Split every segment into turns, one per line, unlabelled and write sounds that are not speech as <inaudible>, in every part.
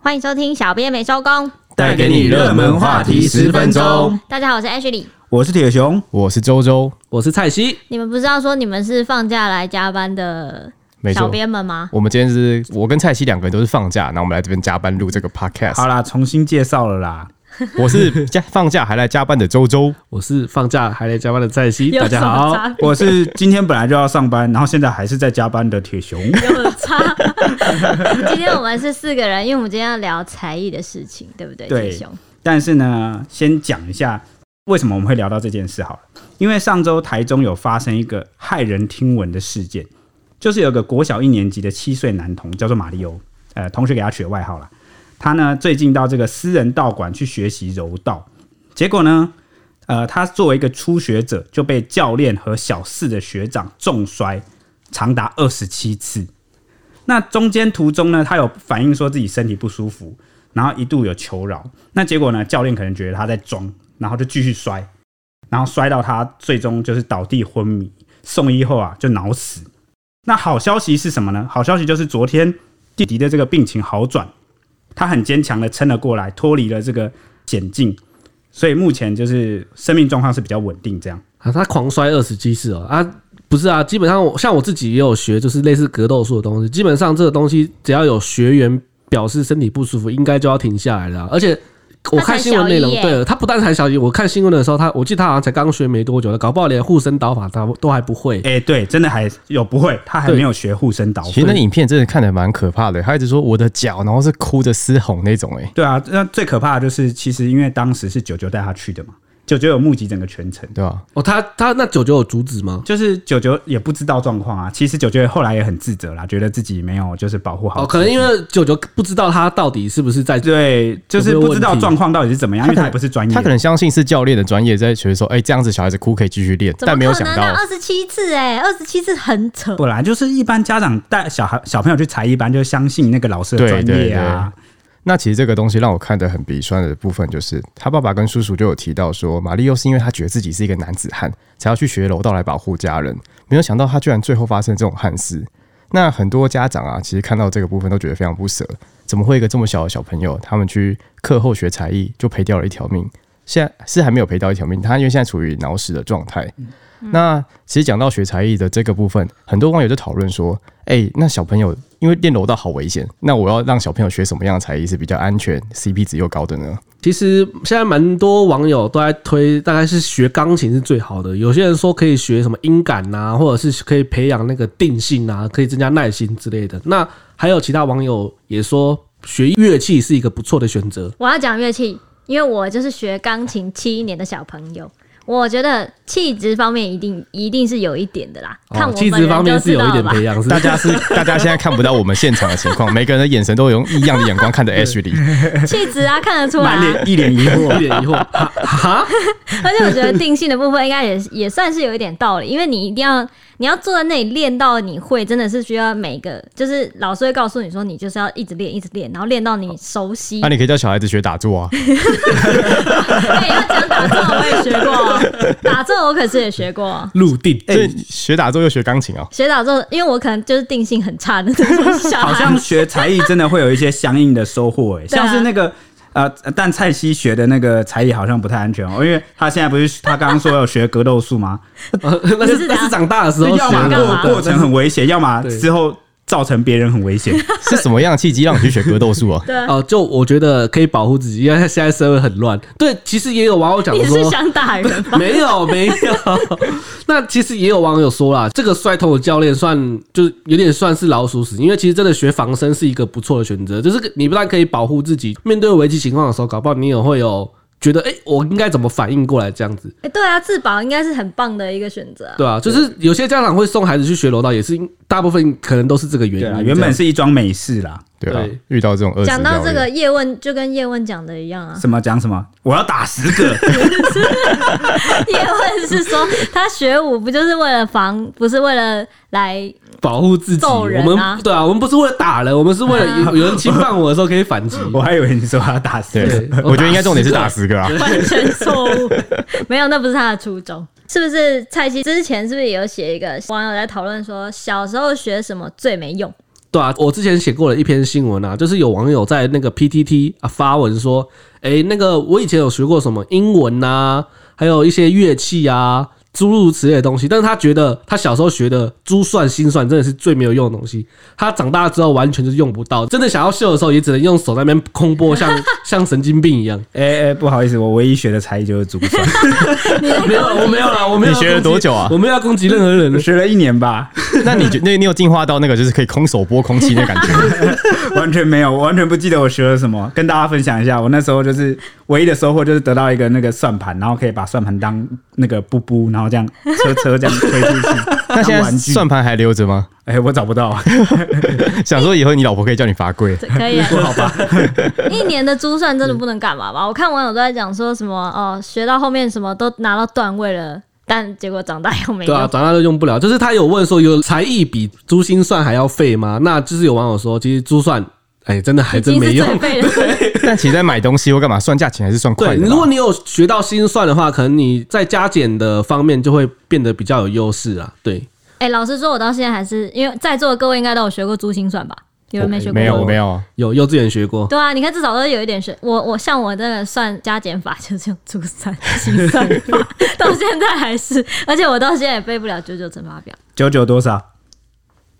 欢迎收听《小编没收工》，
带给你热门话题十分钟。
大家好，我是 Ashley。
我是铁熊，
我是周周，
我是蔡西，
你们不是要说你们是放假来加班的
没
小
错。
编们吗？
我们今天是我跟蔡西两个人都是放假，那我们来这边加班录这个 podcast。
好啦，重新介绍了啦。
我是加放假还来加班的周周，
我是放假还来加班的蔡西，
<laughs> 有
大家
什么
好
差。
我是今天本来就要上班，然后现在还是在加班的铁熊。
有差。 <laughs> 今天我们是四个人，因为我们今天要聊才艺的事情，对不对？
对
弟兄，
但是呢，先讲一下为什么我们会聊到这件事好了。因为上周台中有发生一个骇人听闻的事件，就是有个国小一年级的七岁男童叫做马里欧，呃，同学给他取的外号啦。他呢最近到这个私人道馆去学习柔道，结果呢，呃，他作为一个初学者就被教练和小四的学长重摔，长达二十七次。那中间途中呢，他有反映说自己身体不舒服，然后一度有求饶。那结果呢，教练可能觉得他在装，然后就继续摔，然后摔到他最终就是倒地昏迷，送医后啊就脑死。那好消息是什么呢？好消息就是昨天弟弟的这个病情好转，他很坚强的撑了过来，脱离了这个险境，所以目前就是生命状况是比较稳定。这样，
啊，他狂摔二十七次哦啊，不是啊，基本上我像我自己也有学，就是类似格斗术的东西。基本上这个东西，只要有学员表示身体不舒服，应该就要停下来了啊、而且我看新闻内
他才，
容
小一耶
对他不但才小一，我看新闻的时候，他我记得他好像才刚学没多久，搞不好连护身导法他都还不会。
哎、对，真的还有不会，他还
对
没有学护身导法。
<laughs> 其实那影片真的看得蛮可怕的，他一直说我的脚，然后是哭着嘶吼那种、哎，
对啊，那最可怕的就是，其实因为当时是九九带他去的嘛，九九有目击整个全程，
对吧、
哦，他他那九九有阻止吗？
就是九九也不知道状况啊。其实九九后来也很自责啦，觉得自己没有就是保护好
哦，
自己。
可能因为九九不知道他到底是不是在
对，就是不知道状况到底是怎么样，因为
可
他
能
也不是专业的。
他可能相信是教练的专业在学说，哎、这样子小孩子哭可以继续练，
怎么
但没有
可
想
能啊
到
呢？二十七次哎、二十七次很扯。
本来就是一般家长带小孩小朋友去才艺班，就相信那个老师的
对
专
对
业啊。
那其实这个东西让我看得很鼻酸的部分，就是他爸爸跟叔叔就有提到说，马里奥是因为他觉得自己是一个男子汉，才要去学柔道来保护家人，没有想到他居然最后发生这种憾事。那很多家长啊，其实看到这个部分都觉得非常不舍，怎么会一个这么小的小朋友，他们去课后学才艺就赔掉了一条命？现在是还没有赔掉一条命，他因为现在处于脑死的状态。那其实讲到学才艺的这个部分，很多网友就讨论说，哎、那小朋友因为练柔道好危险，那我要让小朋友学什么样的才艺是比较安全、CP 值又高的呢？
其实现在蛮多网友都在推，大概是学钢琴是最好的。有些人说可以学什么音感呐、或者是可以培养那个定性啊，可以增加耐心之类的。那还有其他网友也说学乐器是一个不错的选择。
我要讲乐器，因为我就是学钢琴七年的小朋友。我觉得气质方面一定一定是有一点的啦，看我
哦气
本
质
人
方面
就是
有一
知道
点
吧
培养，是
大家是 <laughs> 大家现在看不到我们现场的情况，每个人的眼神都有用异样的眼光看着 Ashley。
气质啊，看得出来、
满
<laughs>
啊。
脸一脸疑惑，
<laughs> 有点疑惑。哈哈，
<laughs> 而且我觉得定性的部分应该也也算是有一点道理，因为你一定要你要坐在那里练到你会，真的是需要每个就是老师会告诉你说你就是要一直练一直练，然后练到你熟悉。<laughs>
啊那、你可以叫小孩子学打坐啊，
对，哎要讲打坐我也学过，打坐我可是也学过。
入定。
所以学打坐又学钢琴
<laughs>
啊。
学打坐，因为我可能就是定性很差的那种小
好
孩
像。学才艺真的会有一些相应的收获、哎，
对啊
像是那个。呃，但蔡西学的那个才艺好像不太安全哦，因为他现在不是他刚刚说有学格斗术吗？
那
你是
是
怎
那
样
是长大的时
就
候
要
学
么
干嘛
的，
过过
对
程很危险，要么
对
之后造成别人很危险。
是什么样的契机让你去学格斗术
<laughs>
啊？
对，
哦，就我觉得可以保护自己，因为现在社会很乱。对，其实也有网友讲
你
说，
是想打人 <laughs>
<laughs>
吗？
没有啊没有。那其实也有网友说啦，这个摔头的教练算就是有点算是老鼠屎，因为其实真的学防身是一个不错的选择，就是你不但可以保护自己，面对危机情况的时候，搞不好你也会有觉得，哎、我应该怎么反应过来这样子，
哎，对啊，自保应该是很棒的一个选择啊。
对啊，就是有些家长会送孩子去学柔道，也是因大部分可能都是这个原
对
因
啊，
这样。
原本是一桩美事啦，
对吧、
对
遇到这种二次
讲到
教育
这个叶问，就跟叶问讲的一样啊。
什么讲什么，我要打十 <laughs> 个，
<laughs>
叶问是说他学武不就是为了防，不是为了来
保护自己，
揍
我
人啊
们对啊，我们不是为了打人，我们是为了
<laughs>
有有人侵犯我的时候可以反击。
我还以为你说我要打十个。
对
对，
我觉得应该重点是打十
<laughs>
个啊。
完全错误。没有，那不是他的初衷。是不是蔡西之前是不是也有写一个网友在讨论说，小时候学什么最没用？
对啊，我之前写过了一篇新闻啊，就是有网友在那个 PTT 啊发文说，诶，那个我以前有学过什么英文呐、还有一些乐器啊，诸如此类的东西，但是他觉得他小时候学的珠算、心算真的是最没有用的东西，他长大之后完全就是用不到，真的想要秀的时候也只能用手在那边空
<laughs>
拨，像像神经病一样。
哎、 <laughs> 哎、不好意思，我唯一学的才艺就是珠算，
没有啦，我没有啦，我没有要攻击。
你学了多久啊
我没有要攻击任何人
我。 <laughs> 学了一年吧， <laughs>
那你觉那你有进化到那个就是可以空手拨空气的感觉？
<laughs>
完全没有，我完全不记得我学了什么。跟大家分享一下，我那时候就是唯一的收获就是得到一个那个算盘，然后可以把算盘当那个布布，然后这样车车这样推出 <laughs> 去。
那现
当
在
玩具
算盘还留着吗？
哎、我找不到，
想说以后你老婆可以叫你罚跪。
这可以啊，好吧。一年的珠算真的不能干嘛吧？我看网友都在讲说什么哦，学到后面什么都拿到段位了，但结果长大又没
对啊，
用。
长大就用不了。就是他有问说，有才艺比珠心算还要废吗？那就是有网友说，其实珠算，哎、真的
<laughs>
还
已
真
经
没
是最。
用
废了，
<laughs>
但其实在买东西或干嘛算价钱还是算快
对，
的吧。
如果你有学到心算的话，可能你在加减的方面就会变得比较有优势啊。对，
哎、老实说，我到现在还是因为在座的各位应该都有学过珠心算吧？有人没学过？
哦没有我没有，
有幼稚园学过，
对啊，你看至少都有一点学。我我像我这个算加减法就是用珠算、心算法，到现在还是，而且我到现在也背不了九九乘法表。
九九多少？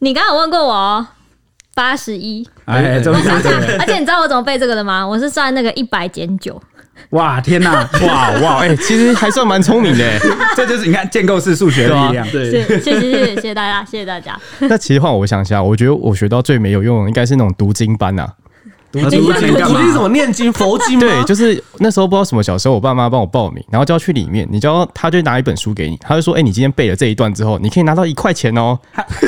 你刚刚有问过我哦，八十一。
哎，终于
而
答
且
对了！
而且你知道我怎么背这个的吗？我是算那个一百减九，
哇，天哪，哇哇，哎、
哎、其实还算蛮聪明的、哎
这就是你看建构式数学的力量。
是
对，
谢谢谢谢谢谢大家，谢谢大家。
<laughs> 那其实换我想一下，我觉得我学到最没有用的应该是那种读经班啊。
哎读经
读经
不能干
读
嘛
经？什么念经、佛经吗？
对，就是那时候不知道什么，小时候我爸妈帮我报名，然后就要去里面，你就要他就拿一本书给你，他就说：“哎、你今天背了这一段之后，你可以拿到一块钱 <laughs> 哦。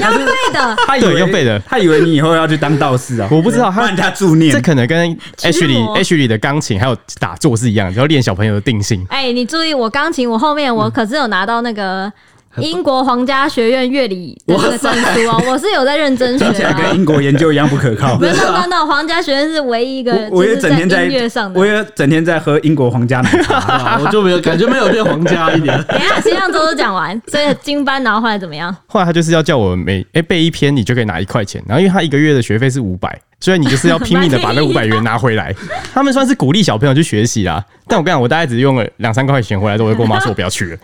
要背的，
他以为
对用背的
他以为你以后要去当道士啊！
我不知道他
帮人家助”念
<laughs> 这，可能跟 H 里
驱魔
H 里的钢琴还有打坐是一样，就要练小朋友的定性。
哎、你注意我钢琴，我后面
嗯
我可是有拿到那个英国皇家学院乐理的那个证书哦，我是有在认真学
听起来跟
啊。
英国研究一样不可靠。
没有没有没有没有，皇家学院是唯一一个
我我也
就是
整天在
音乐上的
我。也整天在喝英国皇家奶
<laughs>
茶。
啊，我就没有感觉没有变皇家一点。
等一下，先让周周讲完，所以金班然后后来怎么样？
后来他就是要叫我每哎、背一篇，你就可以拿一块钱，然后因为他一个月的学费是五百，所以你就是要拼命的把那
蛮便
<laughs>
宜
五百元拿回来。他们算是鼓励小朋友去学习啦，但我跟你讲，我大概只用了两三块钱回来之后，我就跟我妈说我不要去了，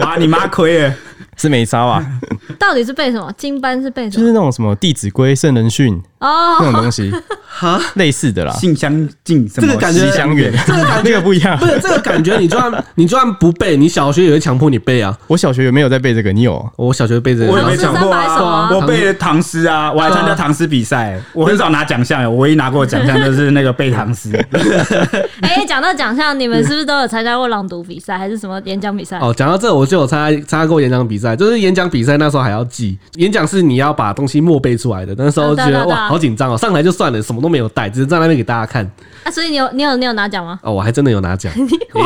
哇，你妈亏了！
是没招啊。
<laughs>
到底是背什么？金班是背什
就
么？
是那种什么《弟子规》《圣人训》那种
哦，
东
<laughs>
西，类似的啦。
性相近，什么
这个感觉
西香园， <laughs> 那个不一样
不。是这个感觉，你就算你就算不背，你小学也会强迫你背啊。
我小学有没有在背这个？你有？
我小学背这个，
我也没想过
唐诗三百首
啊
啊！
我背了唐诗啊，我还参加唐诗比
啊
赛，我很少拿奖项，我唯一拿过奖项 <laughs> 就是那个背唐诗。
哎、讲到奖项，你们是不是都有参加过朗读比赛，还是什么演讲比赛？
哦，讲到这，我就有参加参加过演讲比赛，就是演讲比赛那时候还要记，演讲是你要把东西默背出来的。那时候
啊对啊
觉
对
得
啊对啊
哇，好紧张哦，上台就算了，什么都没有带，只是站在那边给大家看。
啊，所以你有你有你有拿奖吗？
哦，我还真的有拿
<laughs>
奖，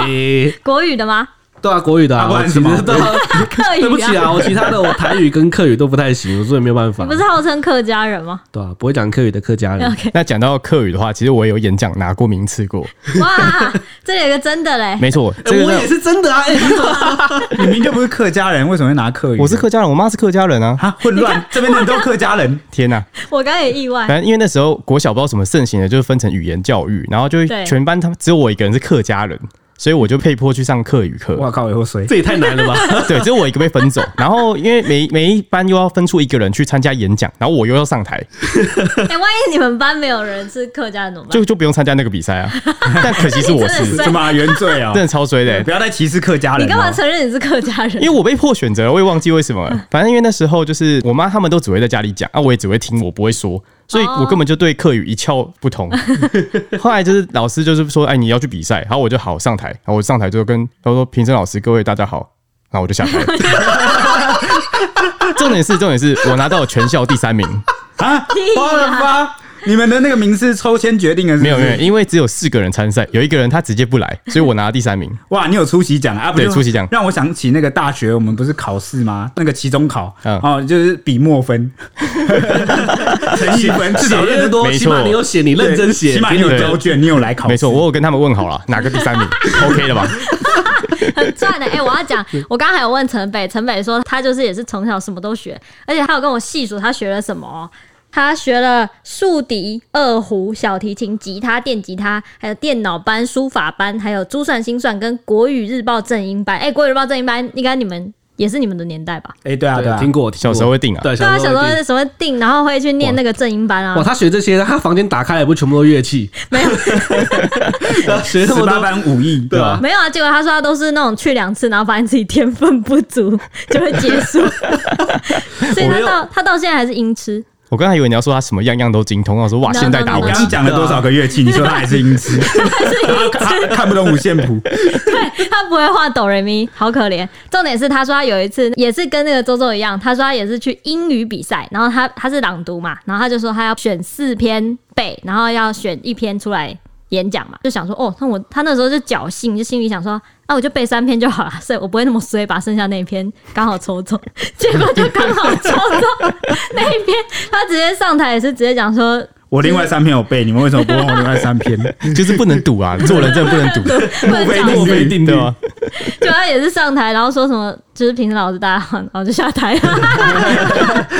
诶，
国语的吗？
对啊，国语的啊，
啊不
我
然
其
什
实
么
对啊
客语、啊？
对不起啊，我其他的我台语跟客语都不太行，我真的没有办法
你不。是号称客家人吗
对啊，不会讲客语的客家人， <laughs>
？OK，
<laughs> 那讲到课语的话，其实我也有演讲拿过名次过。
哇，这里有一个真的嘞，
没错，
诶
这个
<laughs> 我也
呢
是真的啊，
<laughs>
诶
哎你明明就不是客家人，为什么会拿客语？
我是客家人，我妈是客家人啊。
啊，混乱，这边的人都客家人。
天哪、
我刚刚也意外
反。正因为那时候国小不知道什么盛行的，就是分成语言教育，然后就
对
全班他们只有我一个人是客家人，所以我就被迫去上课语课。
我靠，以后谁？
这也太难了吧？
对，只有我一个被
<laughs>
分走。然后因为每每一班又要分出一个人去参加演讲，然后我又要上台，
哎、万一你们班没有人是客家人怎么办？
就就不用参加那个
<laughs>
比赛啊。但可惜是我
你真的
是
是，
<laughs> 什么啊原罪啊
真？的超衰的欸、
不要再歧视客家人
你
哦。
干嘛承认你是客家人？
<laughs> 因为我被迫选择了，我也忘记为什么
嗯
了。反正因为那时候就是我妈他们都只会在家里讲，啊，我也只会听，我不会说，所以
哦
我根本就对课语一窍不
<laughs>
通。后来就是老师就是说，哎，你要去比赛，然后我就好上台，然后我上台就跟他说评审老师各位大家好，然后我就下台了。 <laughs> 重点是重点是我拿到了全校第三名，
啊？花了吧？ <laughs> 你们的那个名次抽签决定的是不
没
是
<laughs>
有没有，因为只有四个人参赛，有一个人他直接不来，所以我拿了第三名。
哇，你有出席奖啊？啊不
对
就
出席奖
让我想起那个大学，我们不是考试吗？那个期中考，
嗯
哦，就是笔墨分，乘以分，至
写
<laughs> 少认
越
真
多，
没
起码
错
你有写，你认真写
起，码你有
对
交卷，你有来考试，
没错，我有跟他们问好了，哪个第
<laughs>
三名？OK 了吧？
很赚的、哎、我要
<laughs>
讲，我刚刚还有问陈北，陈北说他就是也是从小什么都学，而且他有跟我细数他学了什么哦、他学了竖笛、二胡、小提琴、吉他、电吉他，还有电脑班、书法班，还有珠算、心算跟国语日报正音班。哎、国语日报正音班应该你们也是你们的年代吧？
哎、对啊，对啊，
听过，听过
小时候会定啊，
对，
对啊，
哎小
小
时
时
候
候
会定
什么定，然后会去念那个正音班啊
哇，。他学这些，他房间打开来不全部都乐器，
没
<laughs>
有
然后学那
十
么
八
多，
般武艺，
对啊
吧？
没有啊，结果他说他都是那种去两次，然后发现自己天分不足，就会结
<laughs>
束。所以他到他到现在还是音痴。
我刚才以为你要说他什么样样都精通，我说哇，
No,
现代打
你
火
刚
机
刚讲了多少个乐器？你 <laughs> 说他还是音痴，他看不懂五线谱，
<laughs> 他不会画哆来咪，好可怜。重点是，他说他有一次也是跟那个周周一样，他说他也是去英语比赛，然后他他是朗读嘛，然后他就说他要选四篇背，然后要选一篇出来演讲嘛，就想说哦，那我他那时候就侥幸，就心里想说。那、我就背三篇就好了，所以我不会那么衰，把剩下那一篇刚好抽中， <laughs> 结果就刚好抽中那一篇。他直接上台也是直接讲说，
我另外三篇我背，你们为什么不问我另外三篇？
就是不能赌啊，做人真的不能赌，
不能
非
讲
墨菲定律
对吧？
就他也是上台，然后说什么就是平时老师大家好，然后就下台了。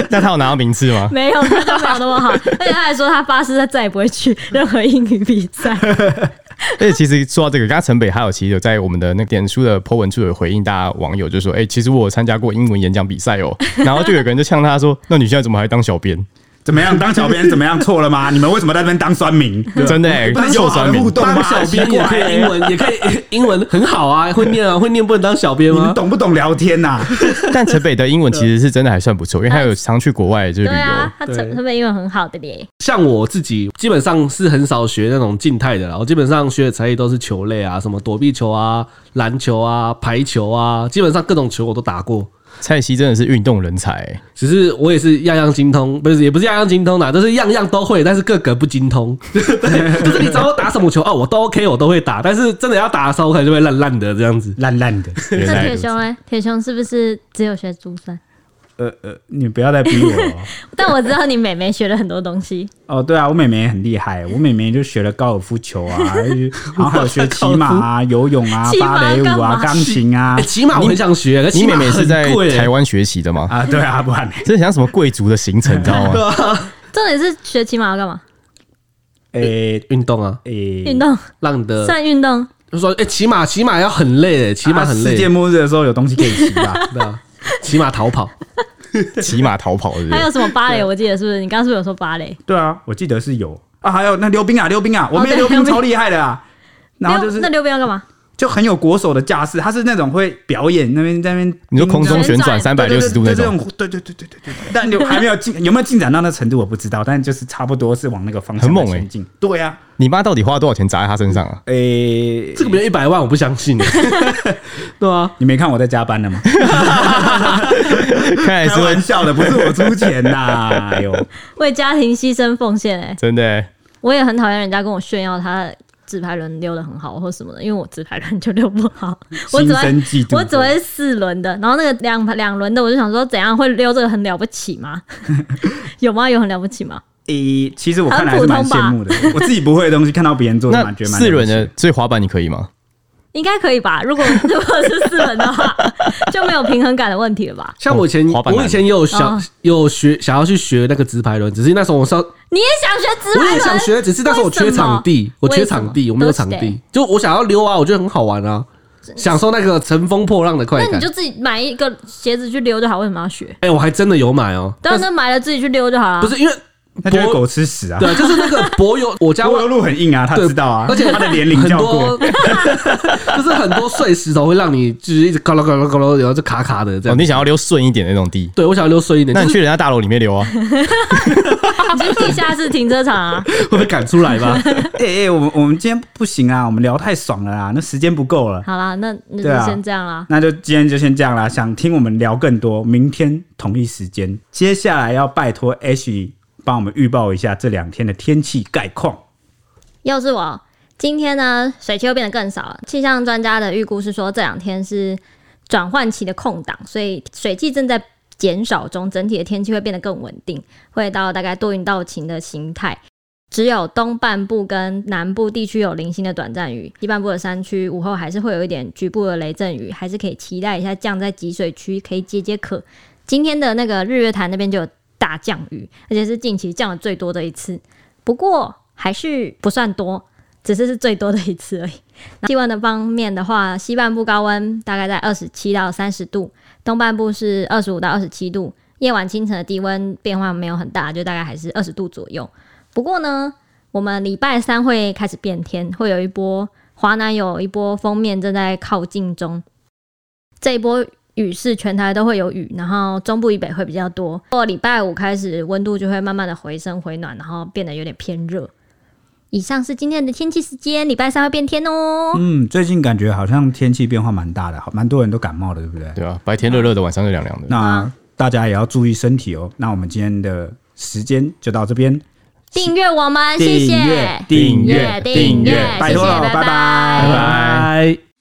那他有拿到名次吗？
没有，他就没有那么 <laughs> 好。而且他还说他发誓他再也不会去任何英语比赛。
而且其实说到这个，刚才陈北还有其实有在我们的那个点书的 po 文处有回应大家网友，就说：“哎、其实我有参加过英文演讲比赛哦。”然后就有个人就呛他说：“那你现在怎么还当小编？
怎么样？当小编怎么样？错了
<laughs>
吗？你们为什么在那边当酸民？
真
<laughs>
的、欸，
不是
受酸民
啊有好的互动
当
吗
小编
奇
也
怪
可以英文，也可以英文很好啊，会念啊，会 <laughs> 念不能当小编
你们
吗？
懂不懂聊天呐、
<laughs> 但陈北的英文其实是真的还算不错，因为他有常去国外就是
对
旅游。
啊，他成
对
他们英文很好的咧。
像我自己基本上是很少学那种静态的啦，我基本上学的才艺都是球类啊，什么躲避球啊、篮球啊、排球啊，基本上各种球我都打过。
蔡西真的是运动人才、欸
只是我也是样样精通，不是也不是样样精通啦，就是样样都会，但是个个不精通。 <laughs> 对，就是你找我打什么球哦，我都 OK，我都会打，但是真的要打的时候，我可能就会烂烂的这样子。
烂烂的，
原
那
来
铁
如此
熊呢？铁熊是不是只有学珠算？
呃呃，你不要再逼我了。
<laughs> 但我知道你妹妹学了很多东西，
哦，对啊，我妹妹也很厉害，我妹妹就学了高尔夫球
<laughs>
啊，然后还有学骑马啊、游泳啊、
骑马
芭蕾舞
干
啊、
嘛
钢琴啊
欸，骑马我很想学，可是
你
骑
妹
马
妹是在
很贵
台，湾学习的吗？
啊，对啊，不
<laughs>
然呢
这很像什么贵族的行程，你知道吗？
重点是学骑马要干嘛？
诶
运动啊，
诶，
运动
让你
呃
的
算运动，
就说哎，骑马骑马要很累，骑马
啊
很
世
累
界，末日的时候有东西可以骑吧？
<laughs> 对啊，骑马逃
<laughs>
跑，
骑马逃跑是不
还有
是？
什么芭蕾？我记得是不是？你刚刚是不是有说芭蕾？
对啊，我记得是有啊，还有那溜冰啊，溜冰啊，我妹
哦对
溜冰
溜冰
超厉害的啊，然后就
溜那
是
溜冰要干嘛？
就很有国手的架势，她是那种会表演那边在那边，
你说空中旋转三
旋
百六十度那
对
种，，
对对对对对对，但有还没有进，有没有进展到那程度我不知道，但就是差不多是往那个方向
很猛
在
欸
前进。对啊，
你妈到底花多少钱砸在他身上
<laughs>
啊？
诶，
这个没有一百万我不
<laughs>
相信，对啊，
你没看我在加班了吗？
看来
开
是会
玩笑的，不是我出钱
<laughs>
呐、哎呦，
为家庭牺牲奉献哎、
真的、欸。
我也很讨厌人家跟我炫耀他直排轮溜得很好或什么的，因为我直排轮就溜不好，我
心
只会
生嫉妒。
我只会四轮的，然后那个两两轮的，我就想说，怎样会溜这个很了不起吗？ <laughs> 有吗？有很了不起吗？
诶、其实我看来还是蛮羡慕的，我自己不会的东西，看到别人做的
那
蛮觉得蛮
四轮的，所以滑板你可以吗？
应该可以吧？如果如果是四轮的话， <laughs> 就没有平衡感的问题了吧？
像我以前
滑板男
我以前也有想
哦
有学想要去学那个直排轮，只是那时候我上
你也想学直
我
排轮？
也想学，只是那时候我缺场地，我
为什么
缺场地，我没有场
为什
地
么，
就我想要溜啊，我觉得很好玩啊，享受那个乘风破浪的快
那
感
你就。自己买一个鞋子去溜就好，为什么要学？
哎，我还真的有买哦，
当时买了自己去溜就好了。
不，是因为
那就是狗吃屎啊！
对，就是
<laughs>
那个柏油，我家
柏油路很硬啊，他
对
知道啊，
而且
他的年龄
很
叫
多
过，
<laughs> 就是很多碎石头会让你就是一直嘎啦嘎啦嘎啦，然后就卡卡的这
哦，
样
你。想要溜顺一点的那种地，
对，我想要溜顺一点，
那
就
你
是
去人家大楼里面溜啊。
<laughs> 你去地下室停车场啊，
会被赶出来
<laughs>
吧？
哎哎、欸我们我们今天不行啊，我们聊太爽了啦，那时间不够了，
好啦，那那
对啊
就先这样啦。
那就今天就先这样啦。想听我们聊更多，明天同一时间，接下来要拜托 H 帮我们预报一下这两天的天气概况。
又是我，今天呢，水汽又变得更少了。气象专家的预估是说，这两天是转换期的空档，所以水汽正在减少中，整体的天气会变得更稳定，会到大概多云到晴的形态。只有东半部跟南部地区有零星的短暂雨，西半部的山区午后还是会有一点局部的雷阵雨，还是可以期待一下降在集水区，可以解解渴。今天的那个日月潭那边就有大降雨，而且是近期降的最多的一次。不过还是不算多，只是是最多的一次而已。那气温的方面的话，西半部高温大概在二十七到三十度，东半部是二十五到二十七度。夜晚清晨的低温变化没有很大，就大概还是二十度左右。不过呢，我们礼拜三会开始变天，会有一波华南有一波封面正在靠近中，这一波雨是全台都会有雨，然后中部以北会比较多。过礼拜五开始，温度就会慢慢的回升回暖，然后变得有点偏热。以上是今天的天气时间，礼拜三会变天哦。
嗯，最近感觉好像天气变化蛮大的，好蛮多人都感冒了，对不对？啊
对啊，白天热热的，晚上就凉凉的。
那大家也要注意身体哦。那我们今天的时间就到这边，
订阅我们，谢
订
谢
阅订
阅
订
订
阅
阅，拜托了，
谢谢拜拜
拜
拜
拜
拜。